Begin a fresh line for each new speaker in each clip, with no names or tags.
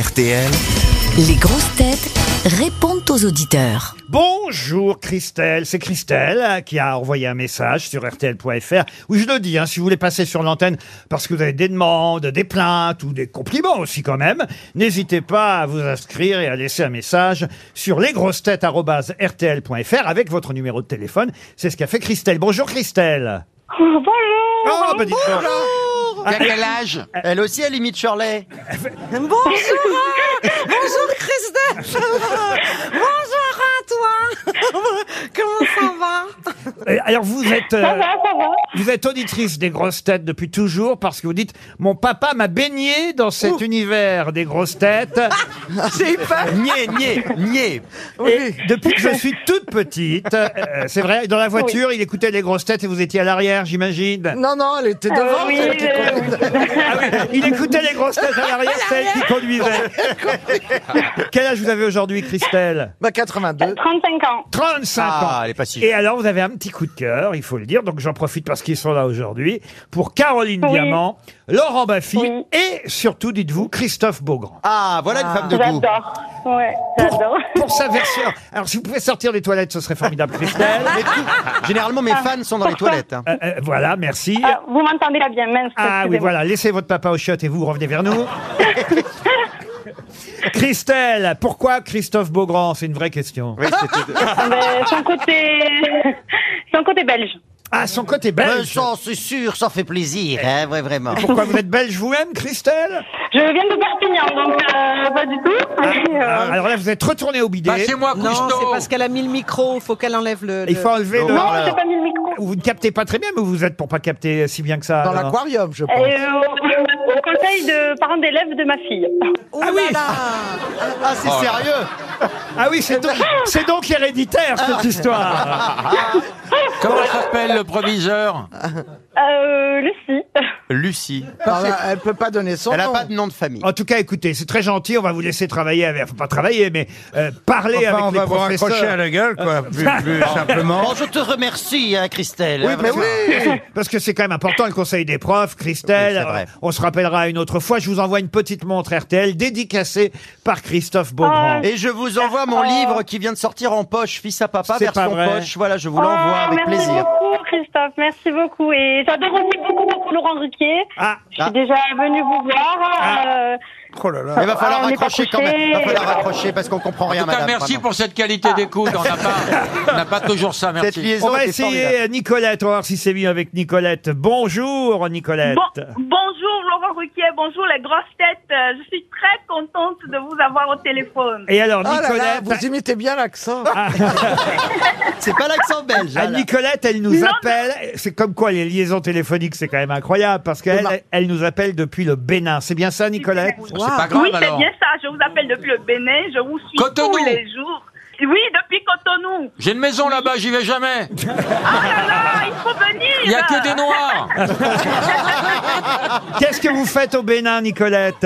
RTL.
Les grosses têtes répondent aux auditeurs.
Bonjour Christelle, c'est Christelle euh, qui a envoyé un message sur rtl.fr. Oui, je le dis, hein, si vous voulez passer sur l'antenne parce que vous avez des demandes, des plaintes ou des compliments aussi quand même, n'hésitez pas à vous inscrire et à laisser un message sur lesgrossetêtes.rtl.fr avec votre numéro de téléphone. C'est ce qu'a fait Christelle. Bonjour Christelle.
Bonjour
Oh, bah dites donc.
T'as quel âge Elle aussi, elle imite Shirley.
Bonjour euh, Bonjour Christelle Bonjour à toi Comment ça va
Euh, Alors vous êtes, euh,
Ça va, Ah, ça va
vous êtes auditrice des grosses têtes depuis toujours parce que vous dites mon papa m'a baigné dans cet univers des grosses têtes.
J'ai eu peur
Nier, nier, nier.
Et depuis que je suis toute petite, euh, c'est vrai, dans la voiture, il écoutait les grosses têtes et vous étiez à l'arrière, j'imagine.
Non, non, elle était
Ah,
Euh, Oui, euh,
Ah oui, il écoutait les grosses têtes à l'arrière, c'est elle qui conduisait. Quel âge vous avez aujourd'hui, Christelle
Bah
Euh,
hein?
82.
35 ans.
35 ans.
Ah, elle est pas si.
Et alors, vous avez un petit coup de cœur, il faut le dire, donc j'en profite parce qu'ils sont là aujourd'hui, pour Caroline Diamant, Laurent Baffy
Oui.
et surtout, dites-vous, Christophe Beaugrand.
Ah, voilà une femme de goût.
J'adore. Ouais, j'adore.
Pour sa version. Alors, si vous pouvez sortir des toilettes, ce serait formidable, Christelle.
Mais tout- Généralement, mes fans sont dans les toilettes. hein.
Euh, euh, voilà, merci.
Ah, vous m'entendez là bien, mince.
Ah oui,
excusez-moi.
voilà, laissez votre papa au chiottes et vous revenez vers nous. Christelle, pourquoi Christophe Beaugrand C'est une vraie question.
Oui, c'était-
Ah, ben, son côté... son côté belge.
Ah, son côté
Euh,
belge.
ça, c'est sûr, ça fait plaisir, hein, vrai- vraiment.
Pourquoi vous êtes belge vous-même, Christelle
Je viens de Perpignan, donc euh, pas du tout. Et, euh,
Ah, Alors là, vous êtes retourné au bidet.
moi
Non, c'est parce qu'elle a mis le micro, faut qu'elle enlève le...
Il faut enlever le...
non,
alors.
j'ai pas mis le micro.
Vous ne captez pas très bien, mais vous êtes pour pas capter si bien que ça.
Dans
alors.
l'aquarium, je
Et,
pense.
euh, au, au conseil de parents d'élèves de ma fille.
ah oui
Ah, c'est sérieux
Ah oui, c'est donc, c'est donc héréditaire,
Ah.
cette histoire.
Comment s'appelle le proviseur
Euh, Lucie.
Lucie.
Elle peut pas donner son
Elle n'a
nom.
pas de nom de famille.
En tout cas, écoutez, c'est très gentil, on va vous laisser travailler avec... Enfin, pas travailler, mais euh, parler avec les professeurs.
la gueule, quoi, plus, simplement.
Bon, Oh, je te remercie, hein, Christelle.
Oui,
hein,
parce,
vraiment.
que, parce que c'est quand même important le conseil des profs, Christelle.
Oui, c'est vrai.
euh, on se rappellera une autre fois. Je vous envoie une petite montre RTL dédicacée par Christophe
Ah.
Beaugrand.
Et je vous envoie mon livre qui vient de sortir en poche, Fils à papa,
C'est pas
version
vrai.
poche. Voilà, je vous l'envoie
Oh,
avec
merci
plaisir.
beaucoup, Christophe. Merci beaucoup. Et j'adore aussi beaucoup, beaucoup Laurent Ruquier.
Ah,
Je suis déjà venue vous voir. euh,
Il va falloir
Ah, on est pas
raccrocher quand même. Il va
couché.
falloir raccrocher parce qu'on comprend
En
rien,
tout cas, Ah.
madame.
merci
vraiment.
pour cette qualité d'écoute. On n'a pas, on n'a pas toujours ça,
Cette
merci.
liaison
on va
était formidable.
essayer euh, Nicolette. On va voir si c'est mieux avec Nicolette. Bonjour Nicolette.
Bon- bonjour Laurent Ruquier, bonjour les grosses têtes. Euh, Je suis très contente de vous avoir au téléphone.
Et alors
Ah là là,
Nicolette,
vous imitez bien l'accent.
C'est pas l'accent belge.
ah,
hein, là.
Nicolette, elle nous appelle. C'est comme quoi les liaisons téléphoniques, c'est quand même incroyable parce qu'elle,
Demain.
elle nous appelle depuis le Bénin. C'est bien ça, Nicolette
C'est pas grave,
oui, c'est
alors.
bien ça. Je vous appelle depuis le Bénin. Je vous suis
Cotonou.
tous les jours. Oui, depuis Cotonou.
J'ai une maison là-bas, j'y vais jamais.
Ah, il faut venir.
Il n'y a que des noirs.
Qu'est-ce que vous faites au Bénin, Nicolette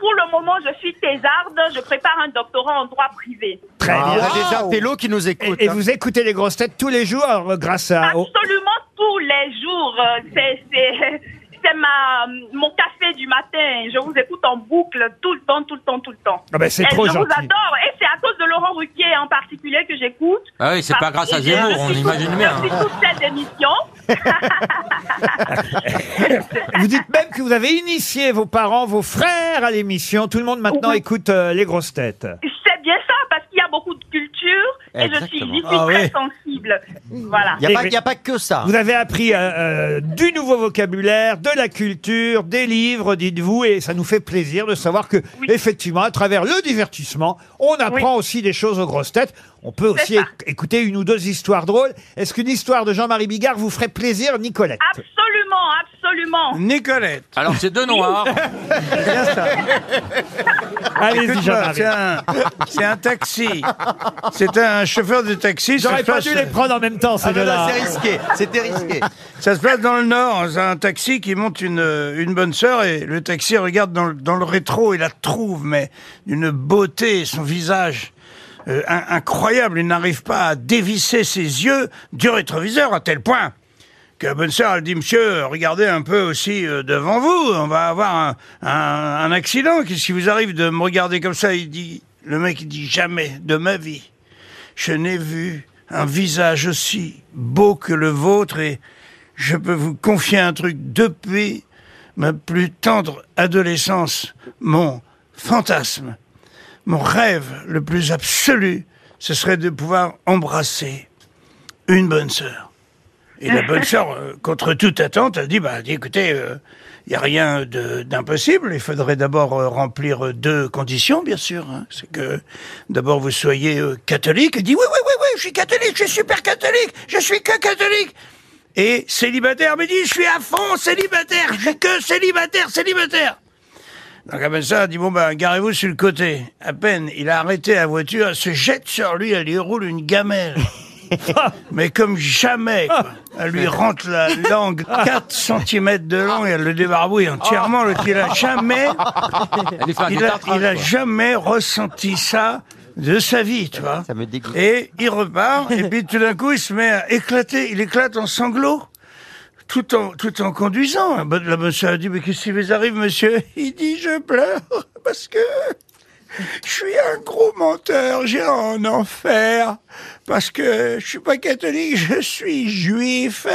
Pour le moment, je suis thésarde. Je prépare un doctorat en droit privé.
Très
Ah, Il y
bien.
a des intellos qui nous écoutent.
Et, et
hein.
vous écoutez les grosses têtes tous les jours alors, euh, grâce
Ah,
à,
Ah,
oh.
au-
Absolument tous les jours. Euh, C'est, c'est, c'est ma, mon café du matin. Je vous écoute en boucle tout le temps, tout le temps, tout le temps.
Ah ben, c'est
Et
trop
je vous
gentil.
adore. Et c'est à cause de Laurent Ruquier en particulier que j'écoute.
Ah oui, c'est pas grâce à
Et je
Zemmour,
suis
on
toute-
imagine bien. hein.
Je suis toute cette émission.
Vous dites même que vous avez initié vos parents, vos frères à l'émission. Tout le monde maintenant écoute euh, les grosses têtes.
C'est bien ça, parce qu'il y a beaucoup de culture et je suis,
Exactement.
j'y suis
Ah
très
oui.
sensible. Voilà.
Il n'y a, pas-
Et-
il y a pas que ça.
Vous avez appris euh, euh, du nouveau vocabulaire, de la culture, des livres, dites-vous, et ça nous fait plaisir de savoir que, effectivement, à travers le divertissement, on apprend aussi des choses aux grosses têtes. On peut aussi
ça.
éc- écouter une ou deux histoires drôles. Est-ce qu'une histoire de Jean-Marie Bigard vous ferait plaisir, Nicolette
Ah, Absolument, absolument.
Nicolette.
Alors, c'est deux noirs.
Allez-y,
Écoute-moi,
Jean-Marie.
C'est un, c'est un taxi. C'est un chauffeur de taxi. Ça
J'aurais
se,
pas
passe,
dû les prendre en même temps, ces
Ah non,
deux-là.
non, c'est risqué, c'était risqué.
ça se passe dans le Nord. C'est un taxi qui monte une, euh, une bonne sœur et le taxi regarde dans, le- dans le rétro et la trouve, mais d'une beauté, son visage. euh, in- incroyable, il n'arrive pas à dévisser ses yeux du rétroviseur à tel point que la bonne sœur, elle dit, monsieur, regardez un peu aussi euh, devant vous, on va avoir un, un- un accident. Qu'est-ce qui vous arrive de me regarder comme ça Il dit, le mec, il dit, jamais de ma vie, je n'ai vu un visage aussi beau que le vôtre et je peux vous confier un truc depuis ma plus tendre adolescence, mon fantasme, mon rêve le plus absolu, ce serait de pouvoir embrasser une bonne sœur. Et la bonne sœur, euh, contre toute attente, a dit, bah, dit, écoutez, il n'y a rien de- d'impossible. Il faudrait d'abord euh, remplir euh, deux conditions, bien sûr. hein. C'est que d'abord vous soyez euh, catholique. Elle dit, oui, oui, oui, oui, je suis catholique, je suis super catholique, je suis que catholique. Et célibataire me dit, je suis à fond célibataire, je suis que célibataire, célibataire. Donc après ça, elle dit, bon ben, garez-vous sur le côté. À peine, il a arrêté la voiture, elle se jette sur lui, elle lui roule une gamelle. Mais comme jamais, quoi. Elle
Ah.
lui rentre la langue 4 cm de long et elle le débarbouille entièrement. L'autre, il a jamais,
Elle est fan
il
Ah. du
a,
tartre,
il a
quoi.
jamais ressenti ça de sa vie, tu vois.
Ça me dégoûte.
Et il repart, et puis tout d'un coup, il se met à éclater, il éclate en sanglots, tout en, tout en conduisant. La bonne- la bonne sœur dit, mais qu'est-ce qui vous arrive, monsieur? Il dit, je pleure, parce que je suis un gros menteur, j'ai un enfer, parce que je suis pas catholique, je suis juif,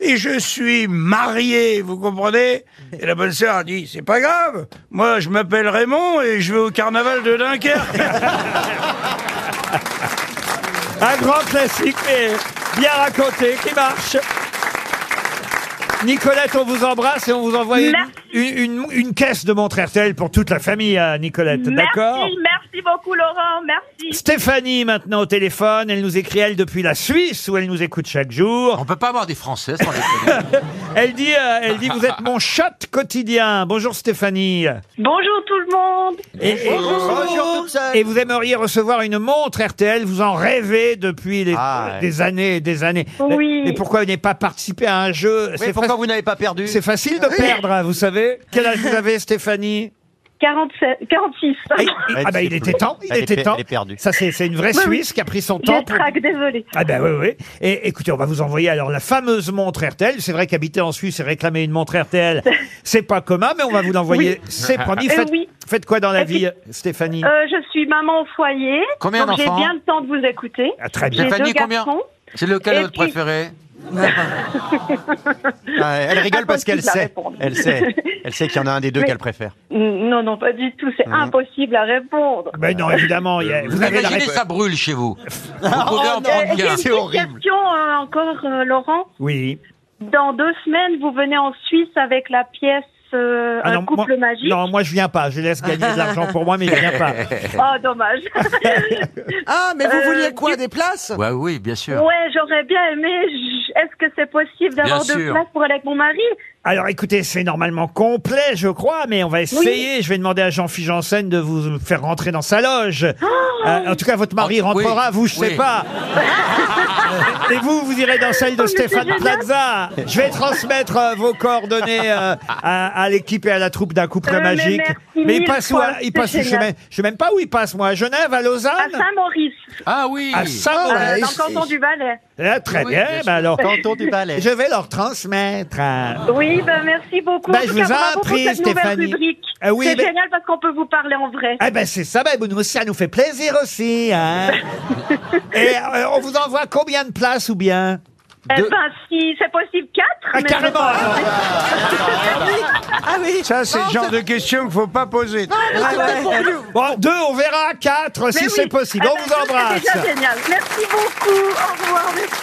et je suis marié, vous comprenez? Et la bonne sœur a dit, c'est pas grave, moi, je m'appelle Raymond, et je vais au carnaval de Dunkerque.
Un grand classique, mais bien raconté, qui marche. Nicolette, on vous embrasse et on vous envoie une,
Merci.
une- une- une caisse de montre RTL pour toute la famille, hein, Nicolette. D'accord
Merci, merci beaucoup, Laurent. Merci.
Stéphanie, maintenant au téléphone, elle nous écrit, elle, depuis la Suisse, où elle nous écoute chaque jour.
On peut pas avoir des Français sans déconner.
Elle dit, euh, elle dit, vous êtes mon shot quotidien. Bonjour Stéphanie.
Bonjour tout le monde.
Et, et-
Bonjour Oh, toute seule.
et vous aimeriez recevoir une montre RTL, vous en rêvez depuis les- euh,
Ah, ouais.
des années et des années.
Oui.
Mais pourquoi vous n'avez pas participé à un jeu
Mais
C'est
pourquoi
faci-
vous n'avez pas perdu
c'est facile de perdre, hein, vous savez. Quel âge vous avez, Stéphanie
47, 46.
Ah, il-
Elle
Ah bah
sait
il
plus.
était temps, il
Elle est
était
per-
temps.
elle est perdue.
Ça c'est c'est une vraie
Oui, oui.
Suisse qui a pris son temps.
Je
pour-
traque, désolé.
Ah ben oui, oui. Et écoutez, on va vous envoyer alors la fameuse montre RTL. C'est vrai qu'habiter en Suisse et réclamer une montre RTL, c'est pas commun, mais on va vous l'envoyer. C'est promis.
Euh,
Faites,
oui.
faites quoi dans la
Et puis-
vie, Stéphanie
Euh, je suis maman au foyer.
Combien
donc J'ai
d'enfants
bien le temps de vous écouter.
Ah, Très bien.
J'ai
Stéphanie,
deux
combien
garçons.
C'est lequel
Et
votre
puis-
préféré
Ah, Elle rigole parce qu'elle
Impossible à
sait.
répondre.
Elle sait. Elle sait qu'il y en a un des deux
Mais-
qu'elle préfère.
Non, non, pas du tout. C'est
Ah,
impossible à répondre.
Ben non, évidemment. il y a-
Euh,
vous avez la
Imaginez,
réponse.
ben, ça brûle chez vous. Vous pouvez en
Oh,
Euh,
prendre
j'ai une
qu'un.
petite question euh, encore, euh, Laurent.
Oui.
Dans deux semaines, vous venez en Suisse avec la pièce euh,
Ah
Un
non, moi,
couple magique.
non, moi je viens pas. Je laisse gagner de l'argent pour moi, mais je viens pas.
Oh, dommage.
Ah, mais vous
Euh,
vouliez quoi Des places
Ouais, oui, bien sûr.
ouais, j'aurais bien aimé. J- Est-ce que c'est possible d'avoir
Bien
deux
sûr.
places pour aller avec mon mari
Alors écoutez, c'est normalement complet, je crois, mais on va essayer. Je vais demander à Jean-Philippe Janssen de vous faire rentrer dans sa loge. Euh, en tout cas, votre mari
Ah,
rentrera,
oui,
vous, je sais
oui.
pas. Et vous, vous irez dans celle de
Oh, mais c'est
Stéphane
génial.
Plaza. Je vais transmettre euh, vos coordonnées euh, à, à l'équipe et à la troupe d'un couple
Euh, mais
magique.
merci
il
mille
passe où
fois,
à- il
c'est
passe où, je sais
génial.
même, je sais même pas où il passe, moi. À Genève, à Lausanne,
À Saint-Maurice,
Ah oui
à Saint-Maurice.
euh, dans le canton du Valais.
Ah, très
Oui,
bien,
bien sûr.
bah alors.
Canton du Valais.
Je vais leur transmettre. euh,
Oui, ben merci beaucoup.
Ben,
En
je
tout
vous
cas,
en
bravo
prie,
pour cette nouvelle
Stéphanie.
rubrique.
Ah oui,
c'est
mais-
génial parce qu'on peut vous parler en vrai.
Eh ben c'est ça, ben, nous aussi, ça nous fait plaisir aussi. Hein Et euh, on vous envoie combien de places ou bien
Eh ben, si c'est possible, quatre.
Ah,
mais-
Carrément alors.
Ah oui
Ça, c'est
Non,
le genre de question qu'il faut pas poser.
Ah ouais.
Bon, deux, on verra, quatre, si
Mais
c'est
oui.
possible.
Eh
On
ben,
vous
ça, C'est
embrasse.
déjà génial. Merci beaucoup. Au revoir. Merci.